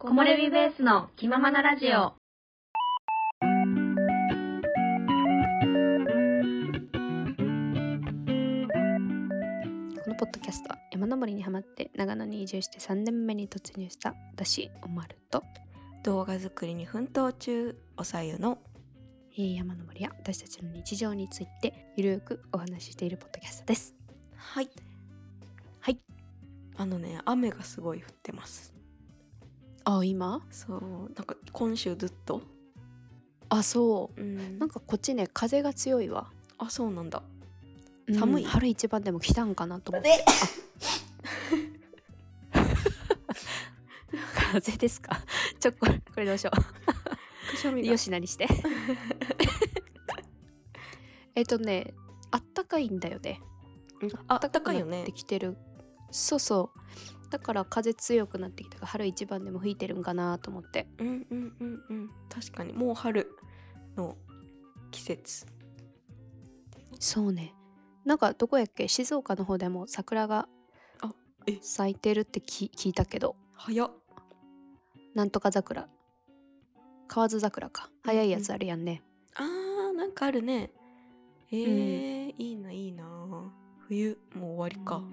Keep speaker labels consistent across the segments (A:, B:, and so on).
A: 木漏れ日ベースの気ままなラジオ。
B: このポッドキャストは山登りにハマって長野に移住して3年目に突入した私おまると、
C: 動画作りに奮闘中おさゆの
B: えー山登りや私たちの日常についてゆるーくお話ししているポッドキャストです
C: はい
B: はい
C: あのね雨がすごい降ってます
B: あ今
C: そうなんか今週ずっと
B: あそう
C: うん
B: なんかこっちね風が強いわ、
C: あそうなんだ
B: うん
C: 寒い
B: 春一番でも来たんかなと思って
C: え
B: 風ですか ちょこれこれどうしよ
C: くしゃ
B: う
C: みが
B: よしなにして えっとねあったかいんだよね
C: ああったかいよ
B: なっ
C: ね
B: てきてるそうそうだから風強くなってきたから春一番でも吹いてるんかなと思って
C: うんうんうんうん確かにもう春の季節
B: そうねなんかどこやっけ静岡の方でも桜が
C: あえ
B: 咲いてるってき聞いたけど
C: 早っ
B: なんとか桜河津桜か早いや
C: うんう
B: つ
C: ん
B: あるやんね、
C: あーなんかあるねえーいいないいな冬もう終わりか、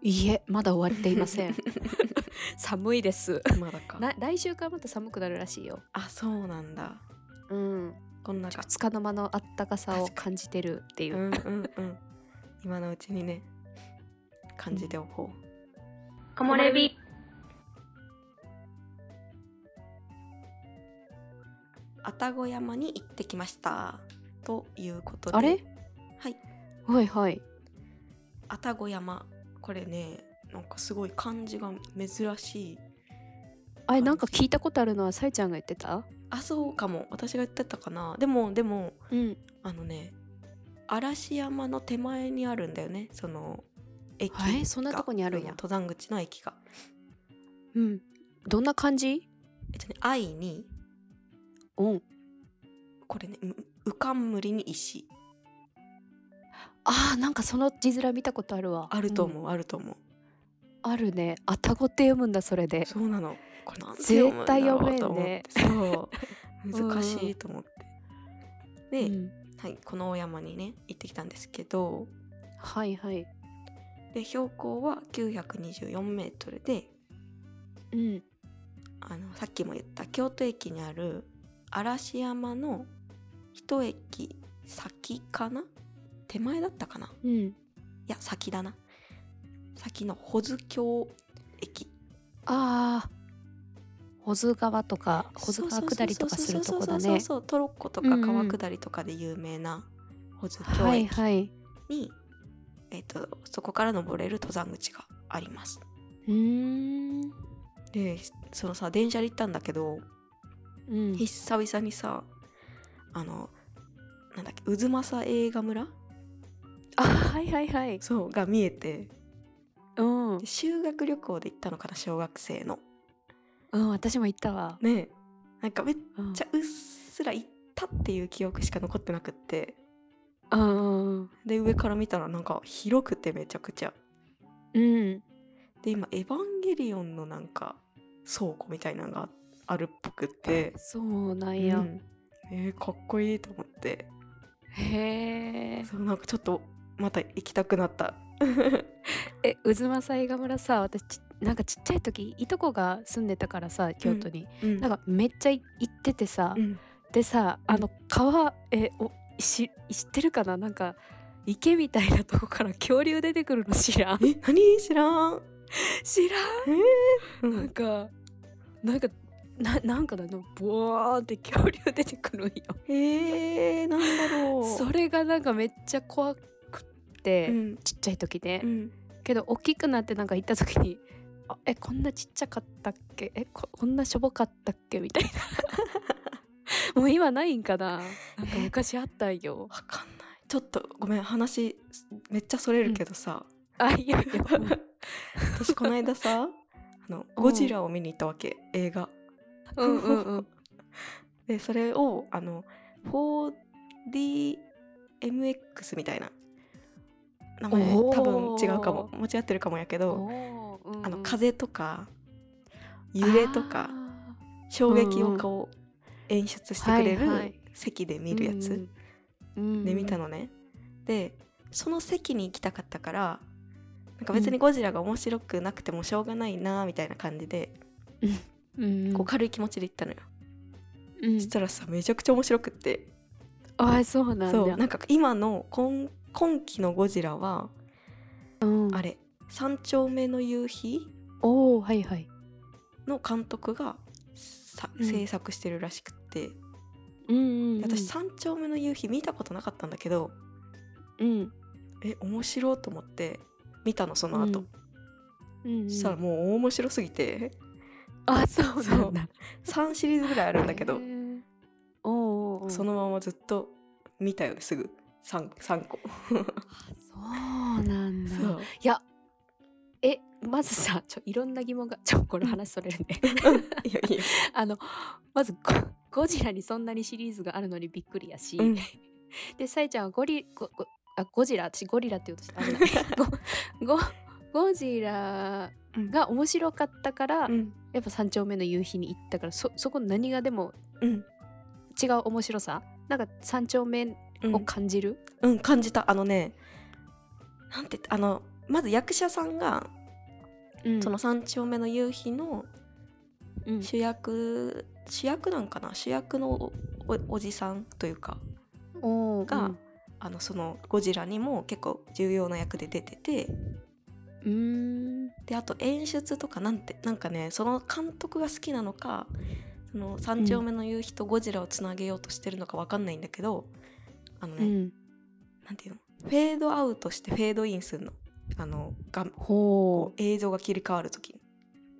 B: いいえまだ終わっていませ ん寒いです
C: まだ か
B: な来週からまた寒くなるらしいよ
C: あそうなんだ
B: うん
C: こんなか
B: つかの間のあったかさを感じてるっていう
C: うんうんうん今のうちにね感じておこう
A: 木漏れ日。
C: 愛宕山に行ってきましたということで
B: あれ
C: はい
B: はいはい
C: 愛宕山これねなんかすごい漢字が珍しい
B: あれ
C: 感じ
B: なんか聞いたことあるのはさえちゃんが言ってた
C: あそうかも私が言ってたかなでもでも
B: うん
C: あのね嵐山の手前にあるんだよねその駅
B: あえそんなとこにあるんや
C: その登山口の駅が
B: うんどんな感じ
C: えっとね愛に
B: うん
C: これねううかんむりに石
B: あーなんかその字面見たことあるわ
C: あると思
B: ん
C: う、あると思う
B: あるねあたごって読むんだそれで
C: そうなの。これなんて読む
B: 絶
C: んだ
B: 対読
C: ろ
B: め
C: うと
B: ん
C: 思って
B: ね。
C: そうう難しいと思って。で、
B: うん
C: はい、このお山にね行ってきたんですけど
B: はいはい
C: で標高は924メートルで
B: うん
C: あのさっきも言った京都駅にある嵐山の一駅先かな手前だったかな
B: うん
C: いや先だな先の保津峡駅
B: あー保津川とか保津川下りとかするとこだ
C: そうそうそうそうそう
B: ね
C: そうトロッコと
B: うん
C: か
B: うん
C: 川下りとかで有名な保津峡
B: はい
C: 駅
B: はい
C: に、えっとそこから登れる登山口があります
B: うーん
C: でそのさ電車で行ったんだけど
B: うん
C: 久々にさあのなんだっけ渦政映画村
B: あはいはいはい
C: そうが見えて
B: うん
C: で修学旅行で行ったのかな小学生の
B: うん私も行ったわ
C: ねえなんかめっ
B: うん
C: ちゃうっすら行ったっていう記憶しか残ってなくって
B: うん
C: で上から見たらなんか広くてめちゃくちゃ
B: うん
C: で今「エヴァンゲリオン」のなんか倉庫みたいなのがあるっぽくって、
B: そうなんや、
C: うんえーかっこいいと思って
B: へえ
C: そうなんかちょっとまた行きたくなった
B: え渦政映画村さ私ちなんかちっちゃい時いとこが住んでたからさ京都に、
C: うん
B: なんかめっちゃ行っててさ、
C: うん
B: でさあの川えおし知ってるかななんか池みたいなとこから恐竜出てくるの知らん
C: え何知らん、
B: 知ら
C: うん
B: なん
C: ん、
B: かなんかななんかだのボワーンって恐竜出てくるんよ
C: えー、なんだろう
B: それがなんかめっちゃ怖くって、
C: うん
B: ちっちゃい時ね、
C: うん
B: けど大きくなってなんか行った時に「あえこんなちっちゃかったっけえここんなしょぼかったっけ?」みたいな もう今ないんかななんか昔あったんよ
C: わかんないちょっとごめん話めっちゃそれるけどさ、
B: あいやいや
C: 私この間さあの
B: うん
C: ゴジラを見に行ったわけ映画
B: うんうん うん
C: でそれをあの 4DMX みたいな名前
B: おー
C: 多分違うかも間違ってるかもやけど
B: おーうんうん
C: あの風とか揺れとか衝撃をこう演出してくれ
B: はいはい
C: る席で見るやつで見た
B: の
C: のね。でその席に行きたかったからなんか別にゴジラが面白くなくてもしょうがないなみたいな感じで、こう軽い気持ちで行ったのよ。
B: うん
C: そしたらさめちゃくちゃ面白くって
B: あーそうなんだ
C: そうなんか今の今今期のゴジラは
B: うん
C: あれ三丁目の夕日
B: おおはいはい
C: の監督がさ
B: うん
C: 制作してるらしくって、
B: うんうんうん
C: 私三丁目の夕日見たことなかったんだけど
B: うん
C: え面白いと思って見たのその後、
B: うんうん
C: そしたらもう大面白す ぎて
B: あそうなんだ
C: 3シリーズぐらいあるんだけ
B: へ
C: ど
B: ーおうおうおう
C: そのままずっと見たよねすぐ 3, 三個
B: そうなんだ
C: そう
B: いやえまずさちょいろんな疑問がちょこれ話それるね
C: いやいや、
B: あのまずゴゴジラにそんなにシリーズがあるのにびっくりやし、
C: うん
B: でさえちゃんはゴリゴゴあゴジラ私ゴリラって言うとしたあれだ ゴゴゴジラが面白かったから、
C: うん
B: やっぱ三丁目の夕日に行ったからそそこ何がでも
C: うん
B: 違う面白さなんか三丁目
C: うん
B: を感じる、
C: うん感じたあのねなんて言ってあのまず役者さんが
B: うん
C: その三丁目の夕日の
B: うん
C: 主役、主役なんかな主役のおおおじさんというか
B: おー
C: が、あのそのゴジラにも結構重要な役で出てて
B: うんうーん
C: であと演出とかなんてなんかねその監督が好きなのかその三丁目の夕日とゴジラをつなげようとしてるのかわかんないんだけどあのね、
B: うん
C: なんていうのフェードアウトしてフェードインするのあのが
B: ほ
C: こう映像が切り替わる時に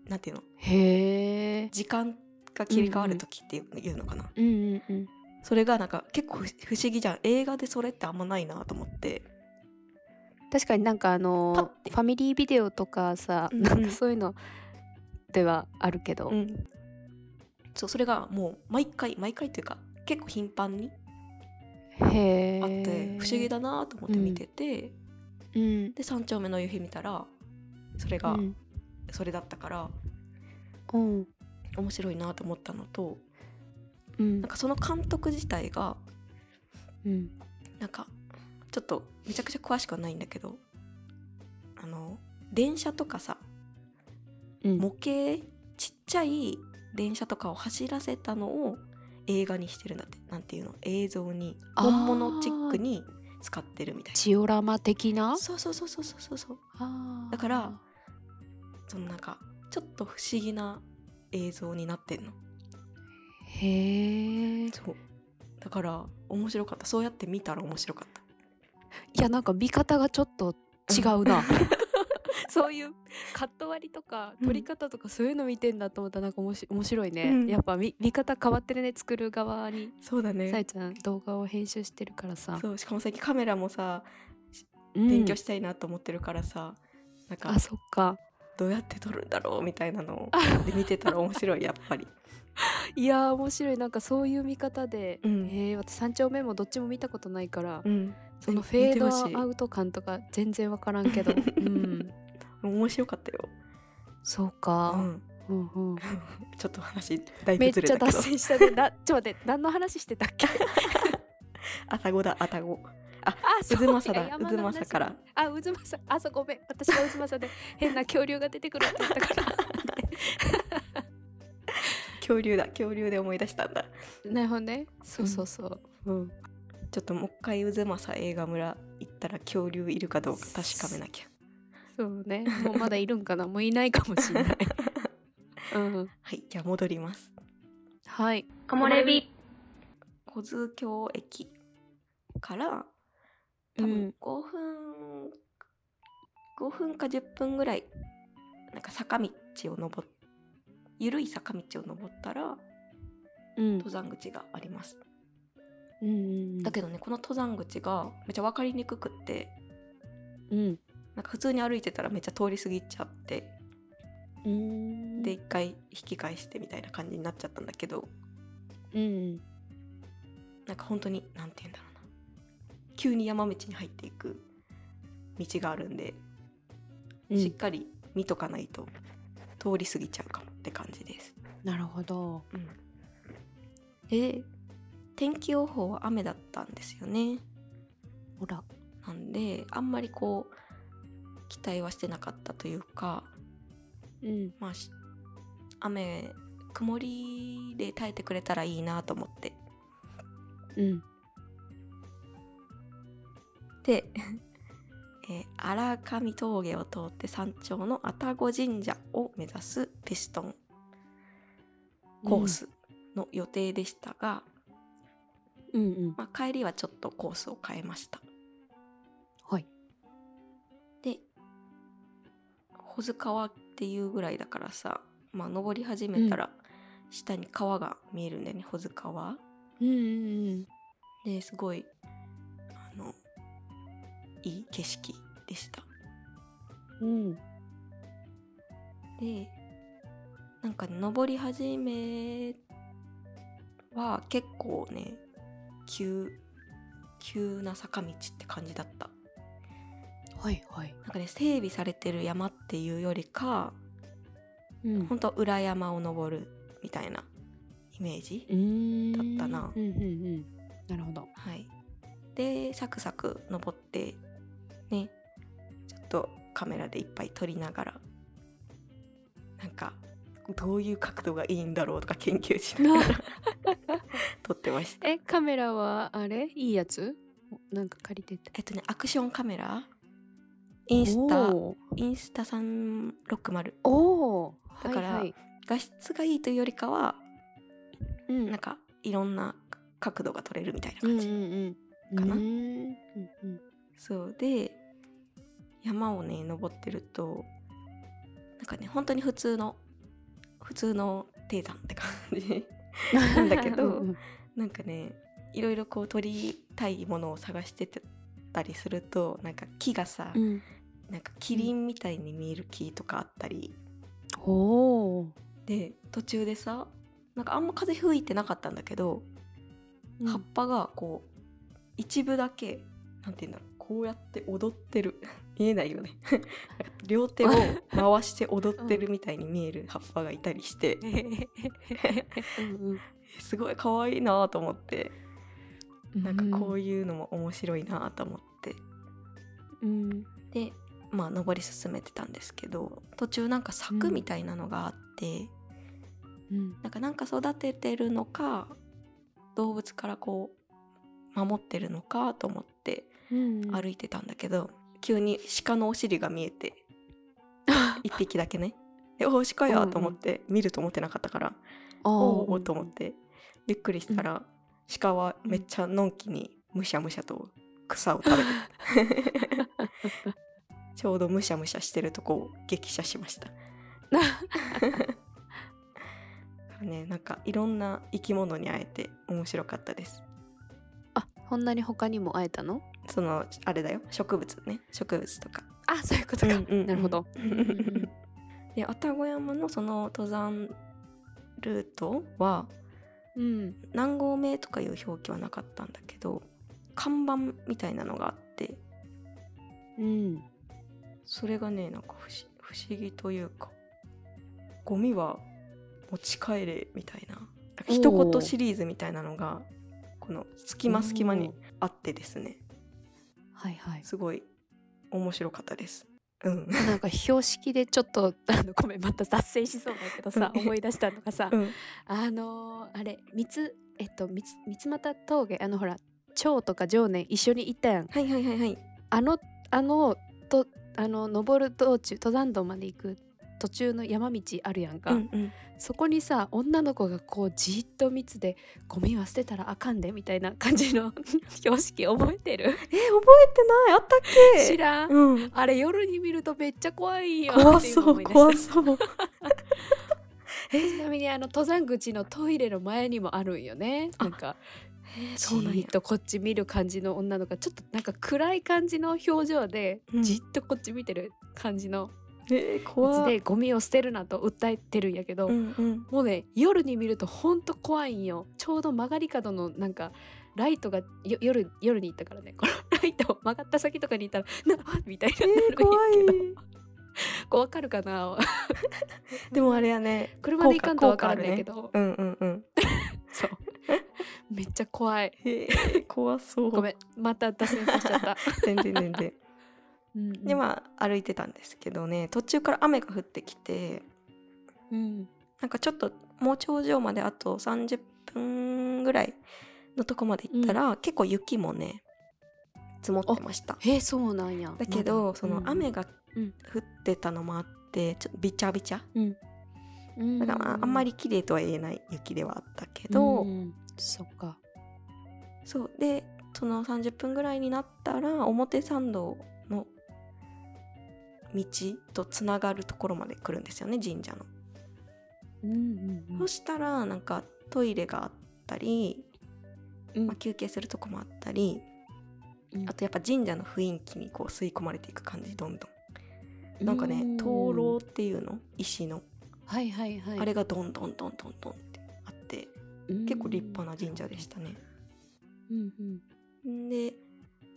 C: なんていうの
B: うへえ
C: 時間が切り替わる時っていういうのかな、
B: うんうんうん
C: それがなんか結構不不思議じゃん映画でそれってあんまないなと思って
B: 確かになんかあの
C: パ
B: ー
C: ッて
B: ファミリービデオとかさ、
C: うんうん
B: なんかそういうのではあるけど、
C: んそうそれがもう毎回毎回というか結構頻繁に
B: へえ
C: あって不思議だなと思って見てて、
B: うん
C: で三丁目の夕日見たらそれが
B: うん
C: それだったから
B: うん
C: 面白いなと思ったのと
B: うん
C: なんかその監督自体が
B: うん
C: なんかちょっとめちゃくちゃ詳しくはないんだけどあの電車とかさ
B: うん
C: 模型ちっちゃい電車とかを走らせたのを映画にしてるんだってなんていうの映像に
B: あー
C: 本物チックに使ってるみたい
B: ジオラマ的な
C: なそうそうそうそうそうそう
B: あー
C: だからそのなんかちょっと不思議な映像になってんの
B: へえい
C: そうだから面白かったそうやって見たら面白かった
B: やなんか見方がちょっと違うな そういうカット割りとか
C: うん
B: 撮り方とかそういうの見てんだと思ったらなんかおもし面白いね、
C: うん
B: やっぱ見見方変わってるね作る側に
C: そうだ
B: さえちゃん動画を編集してるからさ
C: そうしかも最近カメラもさ
B: うん
C: 勉強したいなと思ってるからさ、なんか
B: あそっか
C: どうやって撮るんだろうみたいなのをで見てたら面白いやっぱり
B: いやー面白いなんかそういう見方で、
C: うん
B: えー私三丁目もどっちも見たことないから、
C: うん
B: そのフ
C: 見
B: ェ
C: てほし
B: ー
C: い
B: ドアウト感とか全然わからんけ ど、うん、
C: 面白かったよ、
B: そう
C: う
B: か、
C: ん、
B: うんうん、
C: ちょっと話だい
B: め
C: ぶ
B: っ
C: ずれ
B: ちゃ
C: たけ
B: 脱
C: ど
B: 線したねなちょっと待って何の話してたっ け
C: あたごだあたご
B: あ
C: う
B: そう
C: ずまさ
B: いや
C: だう
B: 山
C: ず
B: の
C: ま
B: 話
C: さから
B: あうずまさあそうごめん私がうずま さで変な恐竜が出てくるって言ったから
C: 恐竜だ恐竜で思い出したんだ
B: なるほどねそうそうそう、うん
C: ちょっともう一回うずまさ映画村行ったら恐竜いるかどうか確かめなきゃ
B: そうねもうまだいるんかなもういないかもし れない、うん、
C: はいじゃあ戻ります
B: はい
A: 木漏れ日、
C: 小津京駅から
B: う
C: 多
B: ん
C: 分5分、5分か10分ぐらいなんか坂道を登っ緩い坂道を登ったら
B: うん
C: 登山口があります、
B: うんうん
C: だけどねこの登山口がめっちゃ分かりにくくって
B: うん
C: なんか普通に歩いてたらめっちゃ通り過ぎちゃって
B: うん
C: で一回引き返してみたいな感じになっちゃったんだけど
B: うん
C: なんか本当に何て言うんだろうな急に山道に入っていく道があるんで、
B: うん
C: しっかり見とかないと通り過ぎちゃうかもって感じです。
B: なるほど。
C: うん、で天気予報は雨だったんですよね。
B: ほら。
C: なんであんまりこう期待はしてなかったというか
B: うん。
C: まあし雨曇りで耐えてくれたらいいなと思って
B: うん。
C: で、 えー荒上峠を通って山頂の愛宕神社を目指すピストンコー。スの予定でしたが、
B: うんうん。
C: まあ、帰りはちょっとコースを変えました
B: はい。
C: で保津川っていうぐらいだからさまあ登り始めたら下に川が見えるんだよね、保津川
B: うんうんうん。
C: ですごいあのいい景色でした
B: うん。
C: でなんかね登り始めは結構ね急急な坂道って感じだった
B: はいはい。
C: なんかね整備されてる山っていうよりか
B: うん。
C: ほんと裏山を登るみたいなイメージ、
B: うん。
C: だったな
B: うんうんうん。なるほど。
C: はいでサクサク登ってねちょっとカメラでいっぱい撮りながらなんかどういう角度がいいんだろうとか研究しなが ら撮ってました
B: え、カメラはあれいいやつおなんか借りてた。
C: えっとねアクションカメラインスタ
B: おー
C: インスタ360
B: おお。
C: だから
B: はいはい
C: 画質がいいというよりかは
B: うん
C: なんかいろんな角度が撮れるみたいな
B: うん
C: 感
B: う
C: じ、
B: んうん。
C: かな
B: うんうん
C: そうで山をね登ってるとなんかね本当に普通の普通の低山って感じ なんだけど
B: うんうん
C: なんかねいろいろこう取りたいものを探してたりするとなんか木がさ、
B: うん。
C: なんかキリンみたいに見える木とかあったり
B: おお。
C: で途中でさなんかあんま風吹いてなかったんだけど、葉っぱがこう一部だけなんて言うんだろうこうやって踊ってる 見えないよねなんか両手を 回して踊ってるみたいに見える葉っぱがいたりして、
B: うんうん
C: すごい可愛いなと思って
B: うん
C: なんかこういうのも面白いなと思って
B: うん。
C: でまあ登り進めてたんですけど途中なんか柵みたいなのがあって、
B: うん。
C: なんかなんか育ててるのか動物からこう守ってるのかと思って
B: うん。
C: 歩いてたんだけど、急に鹿のお尻が見え て一匹だけね「えおお鹿
B: うん
C: や」
B: うん
C: と思って、見ると思ってなかったから
B: あ
C: 「お
B: ー
C: おおお」と思ってびっくりしたら、鹿はめっちゃのんきにむしゃむしゃと草を食べて るちょうどむしゃむしゃしてるとこを激写しましたねなんかいろんな生き物に会えて面白かったです
B: あ、こんなに他にも会えたの
C: そのあれだよ植物ね植物とか
B: あ、そういうことか。
C: うんうんうん
B: なるほど。うんうん
C: で愛宕山のその登山ルートは
B: うん。
C: 何合目とかいう表記はなかったんだけど看板みたいなのがあって
B: うん。
C: それがねなんか不思不思議というかゴミは持ち帰れみたいななんか一
B: おー
C: 言シリーズみたいなのがこの隙間隙間にあってですね
B: はいはい。
C: すごい面白かったです。うん、
B: なんか標識でちょっとあのごめんまた脱線しそうだけどさ思い出したのがさ、
C: うん
B: あのーあれ三つえっと三つ三俣峠あのほら蝶とか常年一緒に行ったやん
C: はいはいはいはい。
B: あのあのとあの登る道中登山道まで行く途中の山道あるやんか、
C: うんうん
B: そこにさ女の子がこうじーっと密でゴミは捨てたらあかんでみたいな感じの 標識覚えてる
C: え覚えてないあったっけ
B: 知らん
C: うん、
B: あれ夜に見るとめっちゃ怖いよ
C: 怖
B: っていの
C: そ
B: 思
C: う
B: い出した
C: 怖そう。
B: ちなみにあの登山口のトイレの前にもあるんよね
C: あ
B: なんか
C: そうなん
B: じ
C: や
B: ーっとこっち見る感じの女の子ちょっとなんか暗い感じの表情で、
C: うん
B: じっとこっち見てる感じの
C: えー、
B: やつ
C: 怖い。
B: でゴミを捨てるなと訴えてるんやけど、
C: うんうん。
B: もうね夜に見るとほんと怖いんよちょうど曲がり角のなんかライトがよ夜夜 に行ったからねこのライトを曲がった先とかにいたらなあみたいになるんや
C: えー、怖い
B: けど。こうわかるかな
C: でもあれやね
B: 車で行かんとわから
C: 効
B: な
C: 果効果ある
B: い
C: ね
B: けど、
C: うんうんうん
B: そう めっちゃ怖い
C: へえ 怖そう
B: ごめんまた脱線させちゃった、
C: 全然全然
B: うんうん
C: でまあ歩いてたんですけどね途中から雨が降ってきて
B: うん
C: なんかちょっともう頂上まであと30分ぐらいのとこまで行ったら、結構雪もね積もってました
B: えそうなんや
C: だけど、
B: ま
C: その
B: うん
C: 雨が
B: うん
C: 降ってたのもあってちょっとびちゃびちゃ
B: うん
C: だからまああんまり綺麗とは言えない雪ではあったけど、
B: うんそっか
C: そうでその30分ぐらいになったら表参道の道とつながるところまで来るんですよね神社の。
B: うんうん
C: そしたらなんかトイレがあったり、
B: うん
C: まあ、休憩するとこもあったり
B: うん
C: あとやっぱ神社の雰囲気にこう吸い込まれていく感じどんど
B: うん
C: なんか
B: う
C: ね灯籠っていうの石の
B: はいはいはい
C: あれがどんどんどんどんどんってあって結構立派な神社でしたね。
B: うんうん
C: で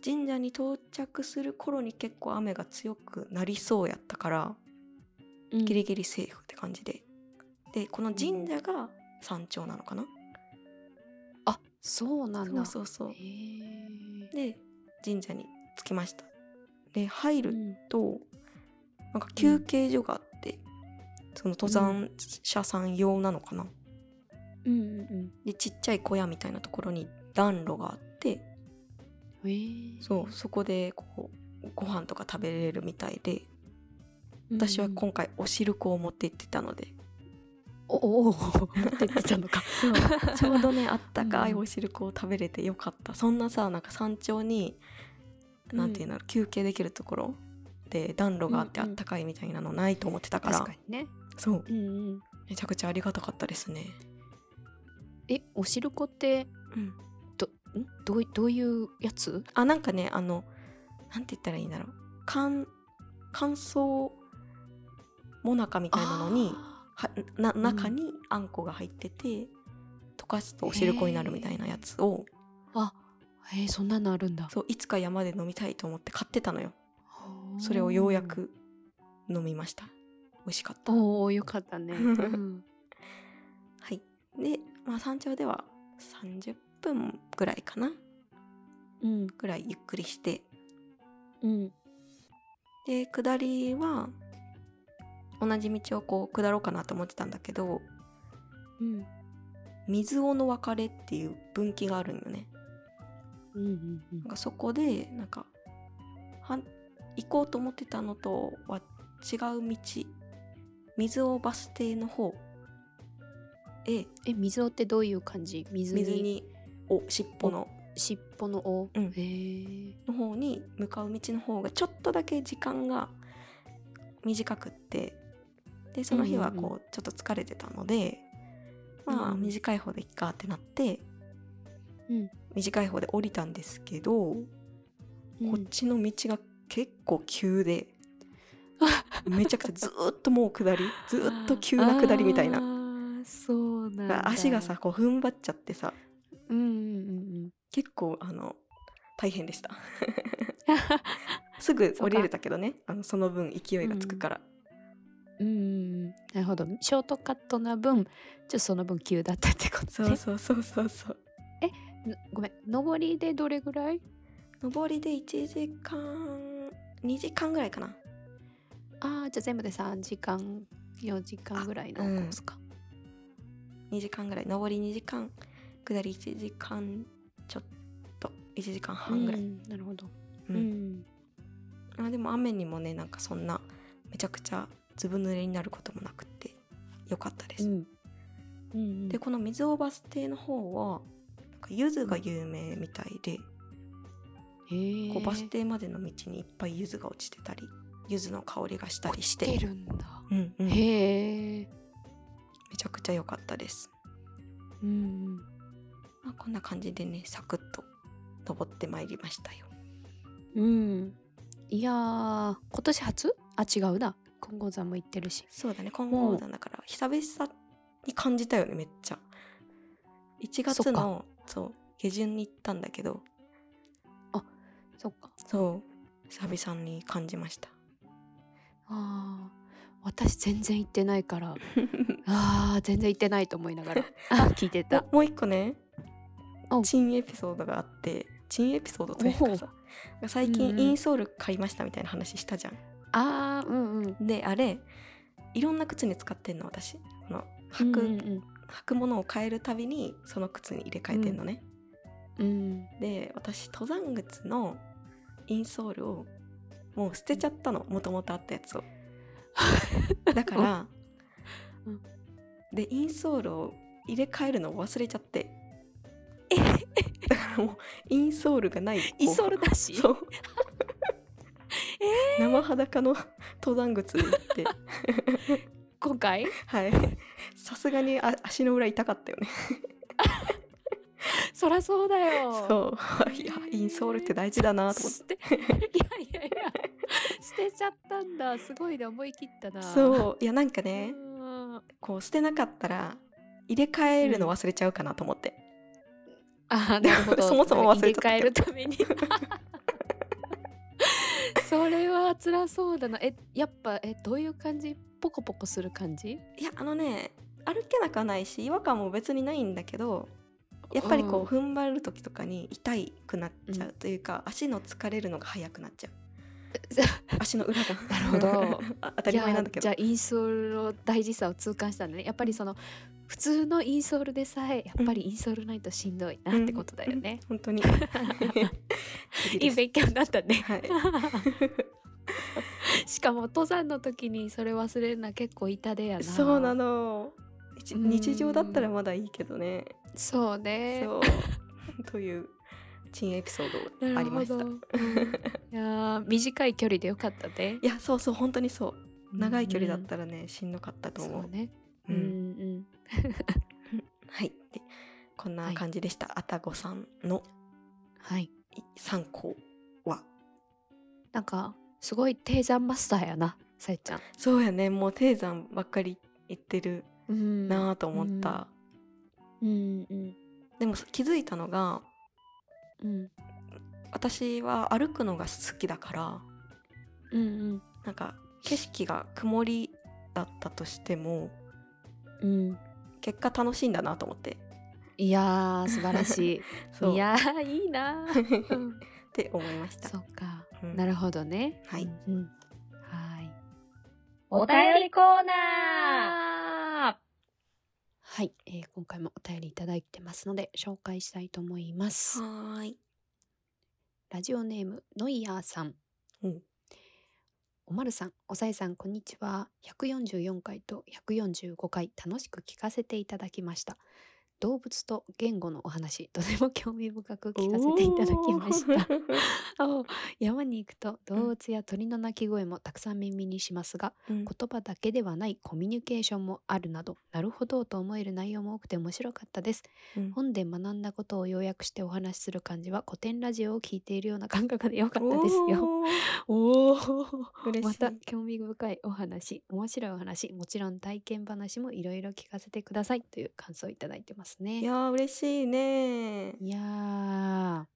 C: 神社に到着する頃に結構雨が強くなりそうやったから
B: うん
C: ギリギリセーフって感じででこの神社が山頂なのかな、
B: あそうなんだ
C: そうそうそう
B: へえ
C: で神社に着きましたで入
B: う
C: る
B: ん
C: となんか休憩所があって、その登山者さん用なのかな、
B: うんうん
C: でちっちゃい小屋みたいなところに暖炉があって
B: うんへえ
C: そうそこでこうご飯とか食べれるみたいで
B: うん
C: 私は今回お汁粉を持って行ってた ので、
B: おおお持ってってたのか
C: ちょうどねあったかい
B: うん
C: お汁粉を食べれてよかったそんなさなんか山頂になんていうの、休憩できるところで暖炉があって
B: う
C: あ
B: んうん
C: ったかいみたいなのないと思ってたから、
B: 確かにね
C: そう
B: うんうん
C: めちゃくちゃありがたかったですね、
B: えおしるこって
C: うん、
B: どんどういどういうやつ
C: あなんかねあのなんて言ったらいいんだろう乾乾燥もなかみたいなのに
B: あ
C: はな
B: うん
C: 中にあんこが入ってて、溶かすとお汁粉になるみたいなやつを
B: ーあへえそんなのあるんだ
C: そういつか山で飲みたいと思って買ってたのよそれをようやく飲みました美味しかったは
B: おおよかったね、うん
C: いで、まあ、山頂では30分ぐらいかな
B: うん
C: ぐらいゆっくりして
B: うん
C: で下りは同じ道をこう下ろうかなと思ってたんだけど
B: うん
C: 水尾の別れっていう分岐があるんよね
B: うんうんうん
C: なんかそこでなんかはん行こうと思ってたのとは違う道水尾バス停の方へ
B: え水尾ってどういう感じ水に
C: 水にお尻尾の
B: 尻尾の尾、
C: う
B: へ
C: ん
B: え
C: の方に向かう道の方がちょっとだけ時間が短くってでその日は
B: うんうん
C: こうちょっと疲れてたので、まあ
B: うん
C: 短い方でいっかってなって
B: うん
C: 短い方で降りたんですけど、
B: うん
C: こっちの道が結構急 でめちゃくちゃずーっともう下りずーっと急な下りみたい
B: あ
C: な
B: ーそうなんだ
C: 足がさこう踏ん張っちゃってさ
B: うんうんうん
C: 結構あの大変 でしたすぐ降りれたけどねあのその分勢いがつくから、
B: うんうんうんなるほどショートカットな分ちょっとその分急だったってことね
C: そうそうそうそう
B: のごめん上りでどれぐらい
C: 上りで1時間2時間ぐらいかな
B: ああじゃあ全部で3時間4時間ぐらいのコースか、
C: 2時間ぐらい上り2時間下り1時間ちょっと1時間半ぐらい、
B: うんなるほどう
C: う
B: んん、
C: あでも雨にもねなんかそんなめちゃくちゃずぶ濡れになることもなくってよかったで
B: う
C: す、
B: んうん、
C: でこの水尾バス停の方はなんか柚子が有名みたいで、
B: へえ
C: こうバス停までの道にいっぱい柚子が落ちてたり柚子の香りがしたりし
B: 来
C: て
B: てるんだ
C: うんうん、め
B: へえ
C: ちゃくちゃ良かったです、
B: うん
C: まあ、こんな感じでねサクッと登ってまいりましたよ
B: うんうんいやー今年初あ違うな金剛山も行ってるし
C: そうだね今後だから久々に感じたよねめっちゃ1
B: そ
C: 月
B: っか
C: のそう下旬に行ったんだけど
B: そっか
C: そう久々に感じました
B: あー私全然行ってないからあー全然行ってないと思いな がらあ聞いてた
C: ももう一個ね
B: お
C: チンエピソードがあってチンエピソードというかさ最
B: うんう
C: 近
B: ん
C: インソール買いましたみたいな話したじゃん、
B: あーうんうん
C: であれいろんな靴に使ってんの私この履く、
B: うんうん
C: 履くものを変えるたびにその靴に入れ替えてんのね、
B: うん
C: で私登山靴のインソールをもう捨てちゃったのもともとあったや つをだから、
B: うん
C: でインソールを入れ替えるのを忘れちゃってだからもうインソールがないこう
B: イソールなし
C: そう、生裸の登山靴に行って
B: 今回
C: はいさすがにあ足の裏痛かったよね
B: そらそうだよ
C: そういやインソールって大事だなと思って
B: 捨ていやいやいや捨てちゃったんだすごいね思い切ったなう
C: そういやなんかね
B: ん
C: こう捨てなかったら入れ替えるの忘れちゃうかなと思って、
B: あーなるほど
C: そもそも忘れちゃった
B: 入れ替えるために それは辛そうだなえやっぱえどういう感じポコポコする感じ
C: いやあのね歩けなくはないし違和感も別にないんだけどやっぱりこう踏ん張る時とかに痛いくなっちゃうというか、足の疲れるのが早くなっちゃう足の裏 が
B: なるほど
C: あ当たり前なんだけ
B: じゃ
C: ど
B: あじゃあインソールの大事さを痛感したんだねやっぱりその普通のインソールでさえやっぱりインソールないとしんどいなってことだよね、
C: 本当に 次
B: い
C: で
B: い
C: す
B: 勉強になったね
C: はい
B: しかも登山の時にそれ忘れるのは結構痛手やな
C: そうなの一
B: うん
C: 日常だったらまだいいけどね
B: そうね
C: そう という珍エピソードが
B: な
C: あ
B: る
C: りま
B: ほ
C: した
B: ど。
C: い
B: うんいやー短い距離でよかったね。
C: やそうそう本当にそう長い距離だった
B: ら
C: らね、しんどかったと思う
B: そうね。
C: う
B: うんんうん。
C: はいでこんな感じでした、あたごさんの
B: はい。
C: 参考は
B: なんかすごい低山マスターやな、さえちゃん。
C: そうやねもう低山ばっかり行ってる
B: うん
C: なぁと思った、
B: うんうん
C: でも気づいたのが
B: うん
C: 私は歩くのが好きだから
B: うんうん
C: なんか景色が曇りだったとしても
B: うん。
C: 結果楽しいんだなと思って
B: いやー素晴らし
C: そ
B: い。
C: う
B: いやーいいなー。う
C: っ
B: ん
C: て思いました
B: そっか。
C: うん
B: なるほどね。
C: はい
B: うんうん。はい。
A: お便りコーナー
B: はい、えー今回もお便りいただいてますので紹介したいと思います。
C: はーい
B: ラジオネームノイヤーさん。
C: うん
B: おまるさん、おさえさん、こんにちは。144回と145回楽しく聞かせていただきました。動物と言語のお話、とても興味深く聞かせていただきました。 あ山に行くと動物や鳥の鳴き声もたくさん耳にしますが、
C: うん
B: 言葉だけではないコミュニケーションもあるなど、なるほどと思える内容も多くて面白かったです。
C: うん
B: 本で学んだことを要約してお話しする感じは古典ラジオを聞いているような感覚でよかったですよ。
C: おー
B: おお
C: 嬉しい
B: また興味深いお話、面白いお話、もちろん体験話もいろいろ聞かせてくださいという感想をいただいてますね。
C: い
B: い
C: や
B: や
C: ー嬉しいね
B: ー、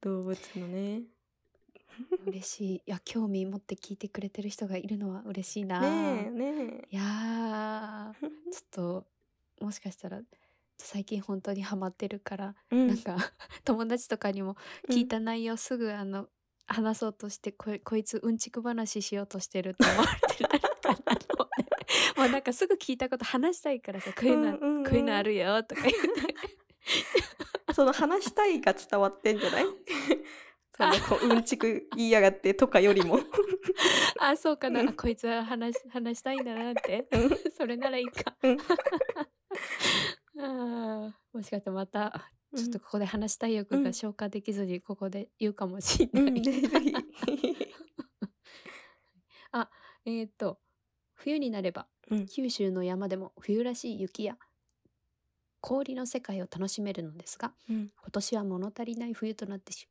C: 動物のね
B: 嬉しい。いや、興味持って聞いてくれてる人がいるのは嬉しいな。
C: ねえね
B: いやー、ちょっと、もしかしたら、最近本当にハマってるから、
C: え、う
B: なんか友達とかにも聞いた内容すぐあの、話そうとしてこいこいつうんちく話しようとしてるって思われ てないかなと思ってもうなんかすぐ聞いたこと話したいからさ「こういうの、
C: うんうんうん
B: こういうのあるよ」とか言って
C: その話したいが伝わってんじ ゃないそ
B: あ
C: のこううんちく言いやがってとかよりも
B: 「 あそうかな
C: うん
B: あこいつは話話したいんだな」って
C: うん
B: それならいいか
C: うん。
B: あーもしかしてまたちょっと
C: こ
B: ここで話したい欲
C: うん
B: が消化できずにここで言うかもし
C: う
B: れなんい
C: ぜ ひぜひ
B: えっと冬になれば、
C: うん
B: 九州の山でも冬らしい雪や氷の世界を楽しめるのですが
C: うん
B: 今年は物足りない冬となってし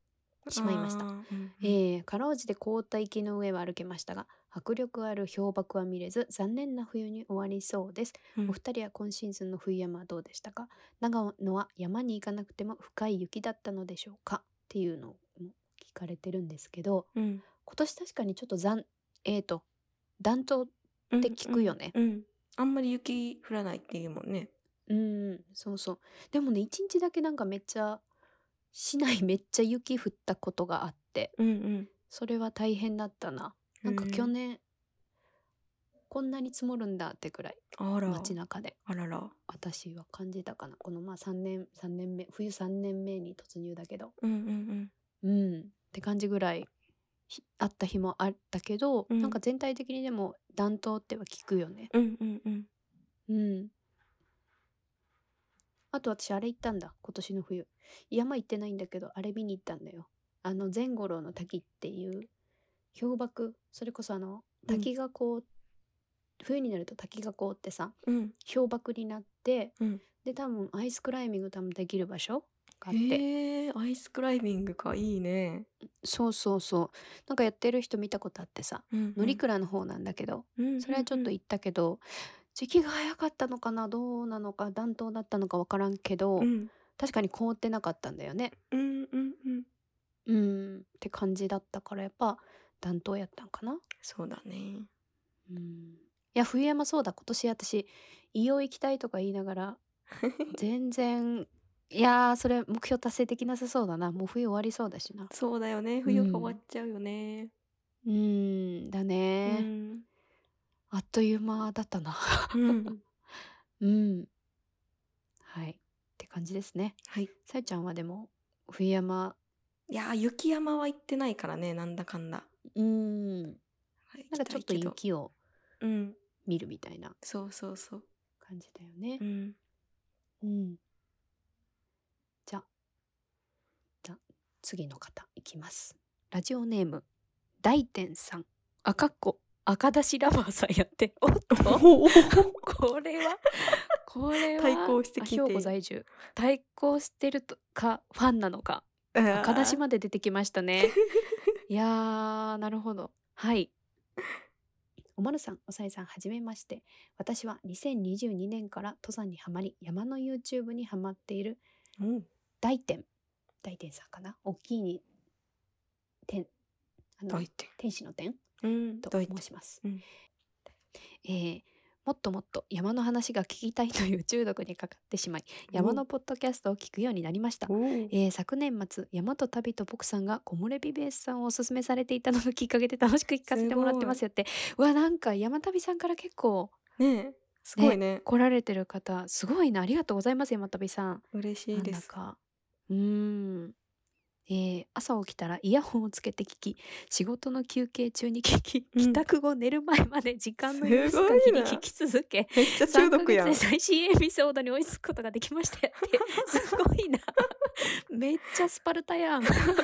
B: しまいました
C: あーうん
B: えー、かろうじて凍った池の上は歩けましたが迫力ある氷瀑は見れず残念な冬に終わりそうです、
C: うん
B: お二人は今シーズンの冬山はどうでしたか長野は山に行かなくても深い雪だったのでしょうかっていうのを聞かれてるんですけど
C: うん
B: 今年確かにちょっと残えー、と暖冬
C: って
B: 聞くよね
C: うん、うんあんまり雪降らないっていうもんね
B: うんそうそうでもね一日だけなんかめっちゃ市内めっちゃ雪降ったことがあって
C: うんうん
B: それは大変だったななんか
C: うん
B: 去年、こんなに積もるんだってくらい
C: あら
B: 街中で
C: あらら
B: 私は感じたかなこのまあ3年3年目冬3年目に突入だけど
C: うんうん
B: うんって感じぐらいひあった日もあったけど、
C: うん
B: なんか全体的にでも暖冬っては聞くよね
C: うんうんうんうん
B: うんあと私あれ行ったんだ今年の冬山行ってないんだけどあれ見に行ったんだよあの善五郎の滝っていう氷瀑それこそあの
C: うん
B: 滝がこう、冬になると滝がこうってさ
C: うん
B: 氷瀑になって、
C: うん
B: で多分アイスクライミング多分できる場所があって
C: へえアイスクライミングかいいね、
B: そうそうそうなんかやってる人見たことあってさ
C: うん
B: 乗倉の方なんだけど、
C: うん
B: それはちょっと行ったけど、時期が早かったのかなどうなのか暖冬だったのか分からんけど、
C: うん
B: 確かに凍ってなかったんだよね
C: うんうんうん
B: うんって感じだったからやっぱ暖冬やったんかな
C: そうだね
B: うんいや冬山そうだ今年私伊予行きたいとか言いながら全然いやーそれ目標達成できなさそうだなもう冬終わりそうだしな
C: そうだよね冬が終わっちゃうよね、
B: うんだ
C: う
B: ね、
C: ん
B: あっという間だったな
C: うん、
B: うんはいって感じですね
C: はい
B: さゆちゃんはでも冬山
C: いやー雪山は行ってないからねなんだかんだ、
B: うんなん
C: はい
B: かちょっと
C: 行きたいけ
B: 雪を
C: どうん
B: 見るみたいな
C: そうそうそう
B: 感じだよね
C: うん
B: うん。じゃ、じゃ、次の方いきます。ラジオネーム、大天さん。赤っ子、赤出しラバーさんやって。おっ とこれは、これは、
C: 対抗して聞いている
B: あ兵庫在住。対抗してるとか、ファンなのか。赤出しまで出てきました ね。いやー、なるほど。はい。おまるさん、おさえさん、はじめまして。私は2022年から登山にはまり、山の YouTube にはまっている
C: うん
B: 大天。大天さんかな大きいに、天。あの
C: 大、点
B: 天使の天
C: うん
B: と
C: 大
B: 申
C: 点
B: します。
C: うん
B: えーもっともっと山の話が聞きたいという中毒にかかってしまい、山のポッドキャストを聞くようになりました。
C: え
B: えー昨年末「山と旅と僕さん」が木漏れ日ベースさんをおすすめされていたのがきっかけで楽しく聞かせてもらってますよってうわなんか山旅さんから結構
C: ねえすごいね
B: 来られてる方すごいなありがとうございます山旅さん。
C: 嬉しいで
B: なんだ
C: す
B: かうーん、えー朝起きたらイヤホンをつけて聞き仕事の休憩中に聞き
C: うん
B: 帰宅後寝る前まで時間の
C: すごい
B: 許す限り
C: な
B: 聞き続け
C: めっちゃ中毒やん
B: 3ヶ月で最新エピソードに追いつくことができましたよってすごいな めっちゃスパルタやん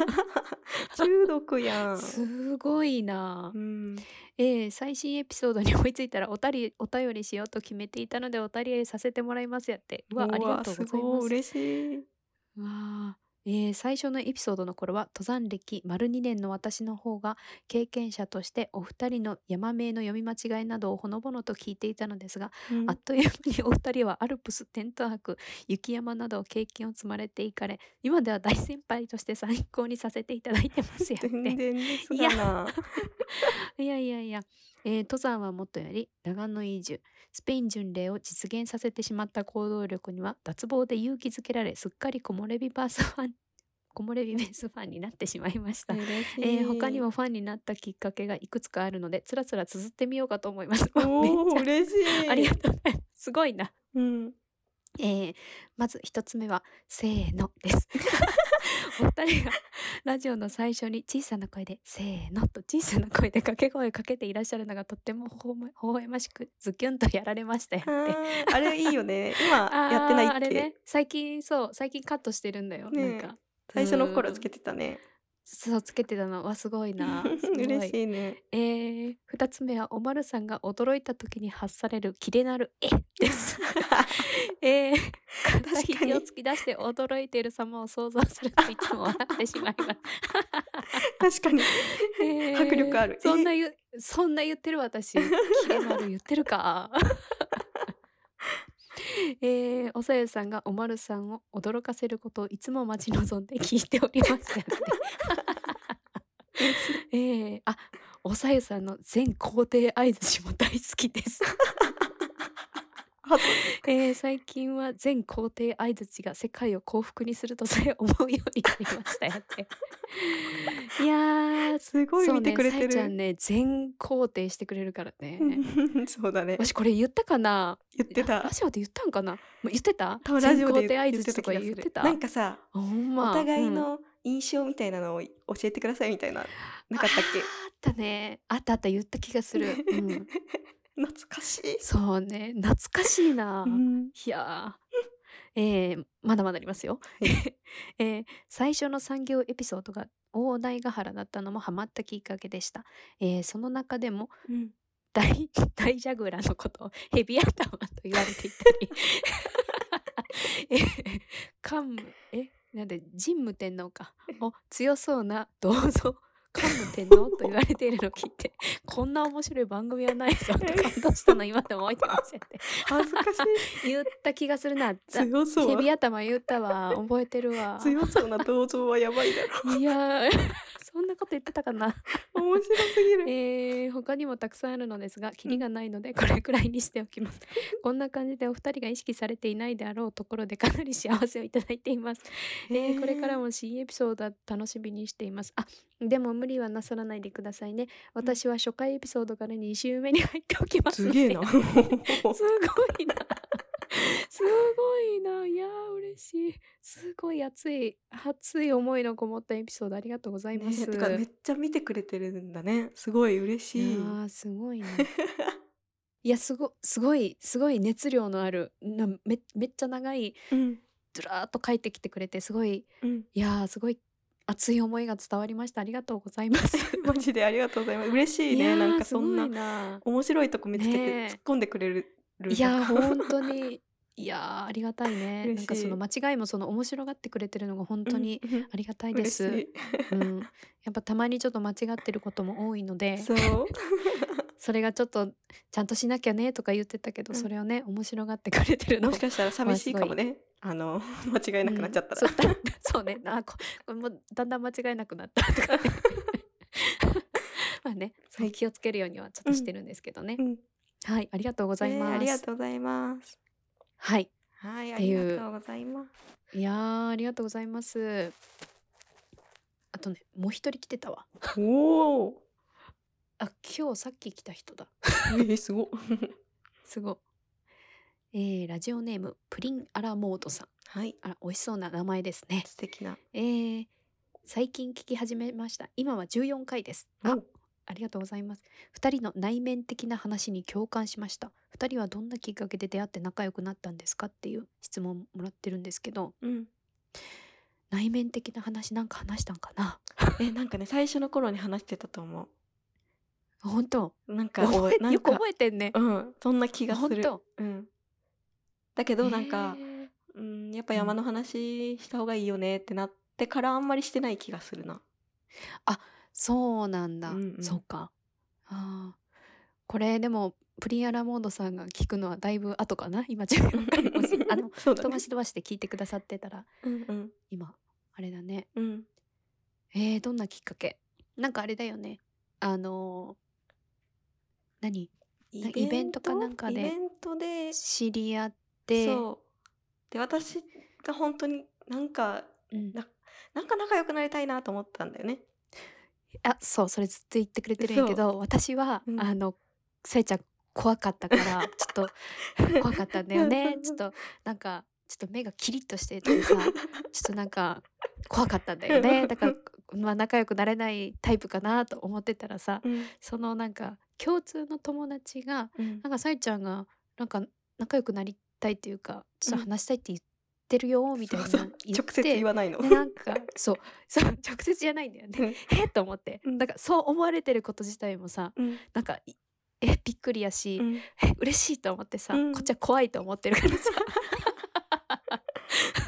C: 中毒やん
B: すごいな
C: う、ん
B: えー最新エピソードに追いついたらおたりお便りしようと決めていたのでお便りさせてもらいますやってうわ
C: うわ
B: ありがとうござい
C: ご
B: ま
C: い
B: す
C: 嬉しい
B: わあ、えー最初のエピソードの頃は登山歴丸2年の私の方が経験者としてお二人の山名の読み間違いなどをほのぼのと聞いていたのですが、
C: うん
B: あっという間にお二人はアルプステント泊雪山などを経験を積まれていかれ今では大先輩として参考にさせていただいてますやっ
C: 全
B: て
C: 然ですがない
B: やいやいや、えー登山はもとより長野移住スペイン巡礼を実現させてしまった行動力には脱帽で勇気づけられすっかり木漏れ日バースファン 木漏れ日ベースファンになってしまいました。
C: 嬉しい
B: えー他にもファンになったきっかけがいくつかあるのでつらつら綴ってみようかと思います。わめっ
C: おお
B: ちゃ
C: 嬉しい
B: ありがとうございます。すごいな。
C: うん
B: えーまず一つ目は、せーの です。お二人がラジオの最初に小さな声で、せーのと小さな声で掛け声をかけていらっしゃるのがとってもほほま微笑ましく、ズキュンとやられましたよ
C: あ
B: って。
C: ーあれいいよね今やってない
B: あーあ
C: っ
B: れ
C: け、
B: ね、最近そう、最近カットしてるんだよ。
C: ねえ
B: なんか、
C: 最初の頃つけてたね
B: そうつけてたのはすごいな。 すごい
C: 嬉しいね
B: えー、2つ目はおまるさんが驚いた時に発されるキレなる「え」です。えー、片肘を突き出して驚いている様を想像するといつも笑ってしまいます。
C: 確かに、
B: えー
C: 迫力ある
B: そんな
C: え
B: 言うそんな言ってる 私。キレなる言ってるか。 えー、おさゆさんがおまるさんを驚かせることをいつも待 ち望んで聞いておりますやって。えー、あおさゆさんの全肯定相づちも大好きです。えー最近は全肯定相づちが世界を幸福にするとさえ思うようになりましたよって。いやー、す
C: すごい見てくれ
B: そ
C: て
B: うね、さえちゃ
C: る。
B: んね、全肯定してくれるからね。
C: そうだね
B: わ。しこれ言ったかな
C: 言って
B: ラ
C: た。
B: ジオで言ったんかなもう言ってた
C: 多分ラジオで
B: 全肯定相
C: 言って
B: づちと
C: た気
B: か
C: が
B: 言っ
C: す
B: て
C: る。
B: た
C: なんかさ、
B: ほんま
C: お互い
B: うん
C: の印象みたいなのを教えてくださいみたいななかっ た
B: あ
C: っ
B: ーあったねあったあった言った気がす る、うん、
C: け？懐かしい。
B: そうね懐かしいな、
C: うん
B: いやーえーまだまだありますよ、
C: は
B: えー最初の産業エピソードが大台ヶ原だったのもハマったきっかけでした、えーその中でも
C: うん
B: 大 大ジャグラーのことをヘビ頭と言われていたりえ桓武 えなんで神武天皇 かを強そうな銅像桓武天皇と言われているのを聞いてこんな面白い番組はないぞと 感動したの今でも覚えてませんって
C: 恥ずかし い。
B: 言った気がするなヘ
C: 強そう。
B: ビ頭言ったわ覚えてるわ
C: 強そうな銅像はやばいだ ろ。
B: いやーそんなこと言ってたかな
C: 面白すぎ る。
B: えー他にもたくさんあるのですがキリがないのでこれくらいにしておき ますこんな感じでお二人が意識されていないであろうところでかなり幸せをいただいています、えーこれからも新エピソードは楽しみにしていますあでも無理はなさらないでくださいね私は初回エピソードから2週目に入っておきます
C: す
B: の
C: げ
B: で
C: えな。
B: すごいな。すごいな。いやー、嬉しい。すごい熱い、熱い思いのこもったエピソードありがとうございま
C: ね
B: す。
C: てかめっちゃ見てくれてるんだね。すごい嬉
B: い
C: し
B: や
C: い。
B: ー、すごいな。いや、すご、すごい、すごい熱量のある、なめめっちゃ長い、
C: うん
B: ずらーっと書いてきてくれて、すごい、
C: うん。
B: いやー、すごい熱い思いが伝わりました。ありがとうございます。
C: マジでありがとうございます。嬉しい
B: いや
C: ね。
B: ー
C: なんかそん
B: すご
C: な
B: いな。
C: 面白いとこ見つけて
B: ねえ
C: 突っ込んでくれる。
B: いやー本当にいやーありがたいね
C: 嬉しい
B: なんかその間違いもその面白がってくれてるのが本当に
C: うん
B: ありがたいで
C: 嬉
B: す、
C: しい。
B: うん、やっぱたまにちょっと間違ってることも多いので
C: そう。
B: それがちょっとちゃんとしなきゃねとか言ってたけど、
C: うん
B: それをね面白がってくれてるの
C: もしかしたら寂しいかもね。あの 間違いなくなっちゃった
B: うん
C: ら。
B: そうだ そうねあここれもうだんだん間違えなくなったとか ねまあねそう
C: はい
B: 気をつけるようにはちょっとしてるんですけどね、
C: うん
B: はいありがとうござい
C: ね
B: ます、
C: ありがとうございます。
B: はい
C: はい、あ
B: て
C: り
B: いう
C: がとうございます。
B: いやーありがとうございます。あとねもう一人来てたわ。
C: おお。
B: あ今日さっき来た人だ。
C: えー、すごっ。
B: すごい。えーラジオネームプリンアラモードさん。
C: はい。
B: あら美味しそうな名前ですね。
C: 素敵な。
B: えー最近聞き始めました。今は14回です。あ
C: お
B: ありがとうございます。二人の内面的な話に共感しました。二人はどんなきっかけで出会って仲良くなったんですかっていう質問もらってるんですけど、
C: うん。
B: 内面的な話なんか話したんかな。
C: え、なんかね、最初の頃に話してたと思
B: 本当。
C: う。なんか、
B: 覚
C: おな
B: え
C: ん
B: よく
C: か
B: 覚えてんね。
C: うん、そんな気がす
B: 本
C: る。
B: 当
C: うん。だけど、なんか、
B: へ
C: うん、やっぱ山の話した方がいいよねってなってからあんまりしてない気がするな。
B: ーそうなんだ、
C: うんうん
B: そうかあーこれでもプリンアラモードさんが聞くのはだいぶ後かな今14回 も しあの
C: そうだ
B: 飛
C: ね
B: ば。し飛ばしで聞いてくださってたら
C: うんうん
B: 今あれだね
C: うん。
B: えー、どんなきっかけなんかあれだよねあのー何なんかイベントかなんかで
C: イベントで、
B: 知り合って
C: そう。で、私が本当になんか、
B: うん
C: ななんか仲良くなりたいなと思ったんだよね。
B: あそうそれずっと言ってくれてるんやけど私は、
C: うん
B: あのさえちゃん怖か ったからちょっと怖かったんだよねちょっとなんかちょっと目がキリッとしてるというかちょっとなんか怖かったんだよ ねだからまあ仲良くなれないタイプかなと思ってたらさ
C: うん。
B: そのなんか共通の友達が
C: うん
B: なんかさえちゃんがなんか仲良くなりたいっていうかちょっ
C: う
B: と
C: ん
B: 話したいって言ってるよみたいな
C: そうそう
B: 言って
C: 直接言わないの。
B: でなんかそうそう直接じゃないんだよね
C: うん
B: えっと思って
C: うん
B: なんかそう思われてること自体もさ
C: うん
B: なんかいえびっくりやし、
C: うん
B: え嬉しいと思ってさ、
C: うん
B: こっちは怖いと思ってるから さ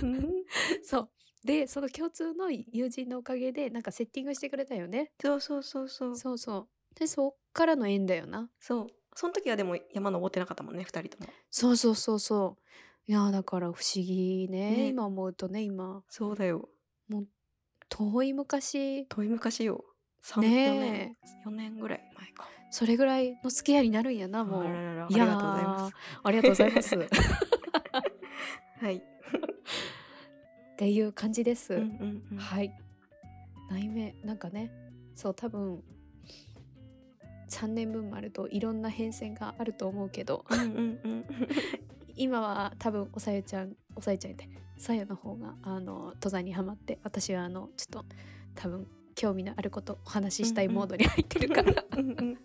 C: うん
B: そうでその共通の友人のおかげでなんかセッティングしてくれたよね、
C: そうそうそうそう。
B: そうそうでそっからの縁だよな
C: そう。その時はでも山登ってなかったもんね、二人とも。
B: そうそうそうそういやーだから不思議ね
C: ね
B: 今思うとね今
C: そうだよ。
B: 遠い昔
C: 遠い昔よ。 3
B: ね
C: 4年4年ぐらい前か
B: それぐらいの付き合いになるんやなもう
C: あらららあ
B: い
C: り
B: や
C: が
B: ー
C: とうございます
B: ありがとうござい ますっ
C: はい、
B: ていう感じです、
C: うんうんうん
B: はい内面なんかねそう多分3年分もあるといろんな変遷があると思うけど
C: うんうん うん
B: 今は多分おさゆちゃんおさゆちゃんやってさゆの方があの登山にはまって私はあのちょっと多分興味のあることお話ししたい
C: うんうん
B: モードに入ってる から、
C: うんうん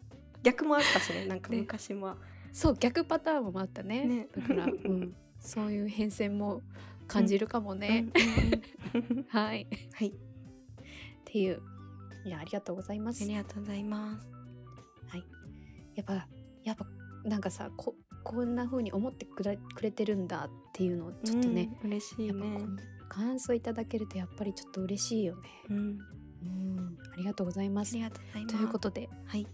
C: 逆もあったしねなんか
B: ね
C: 昔は、
B: そう逆パターンもあったね
C: ね
B: だから、うん、そういう変遷も感じるかもね、
C: うんうんうん
B: はいっ
C: はい
B: ていういやありがとうございま
C: あ
B: す
C: りがとうございます
B: やっぱやっぱなんかさここんな風に思ってくれくれてるんだっていうのをちょっとね、、
C: うん嬉しい
B: やっぱこ
C: ね
B: う感想いただけるとやっぱりちょっと嬉しいよね。
C: うん
B: うん、ありがとうございま
C: あ
B: す。
C: りがとうございます
B: ということで、
C: はい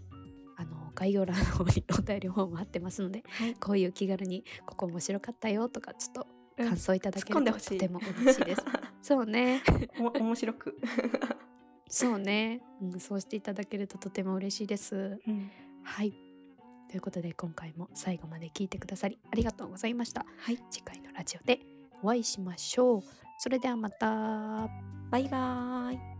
B: あの概要欄の方にお便りフォーム貼ってますので、
C: はい
B: こういう気軽にここ面白かったよとかちょっと
C: うん
B: 感想いただ
C: 突っ
B: け
C: 込ん
B: る
C: で
B: と
C: ほ
B: と
C: しい
B: ても嬉しい です。そうね、
C: おも面白く、
B: そうね、うん、そうしていただけるととても嬉しいです。
C: うん
B: はい。ということで今回も最後まで聞いてくださりありがとうございました。
C: はい
B: 次回のラジオでお会いしましょう。それではまた。
C: バイバーイ